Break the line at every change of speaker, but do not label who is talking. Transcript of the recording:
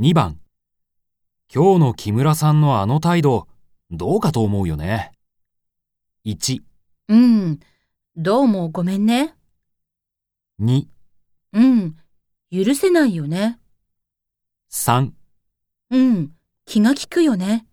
2番今日の木村さんのあの態度どうかと思うよね。1、
うん。どうもごめんね。
2、
うん。許せないよね。
3
うん。気が利くよね。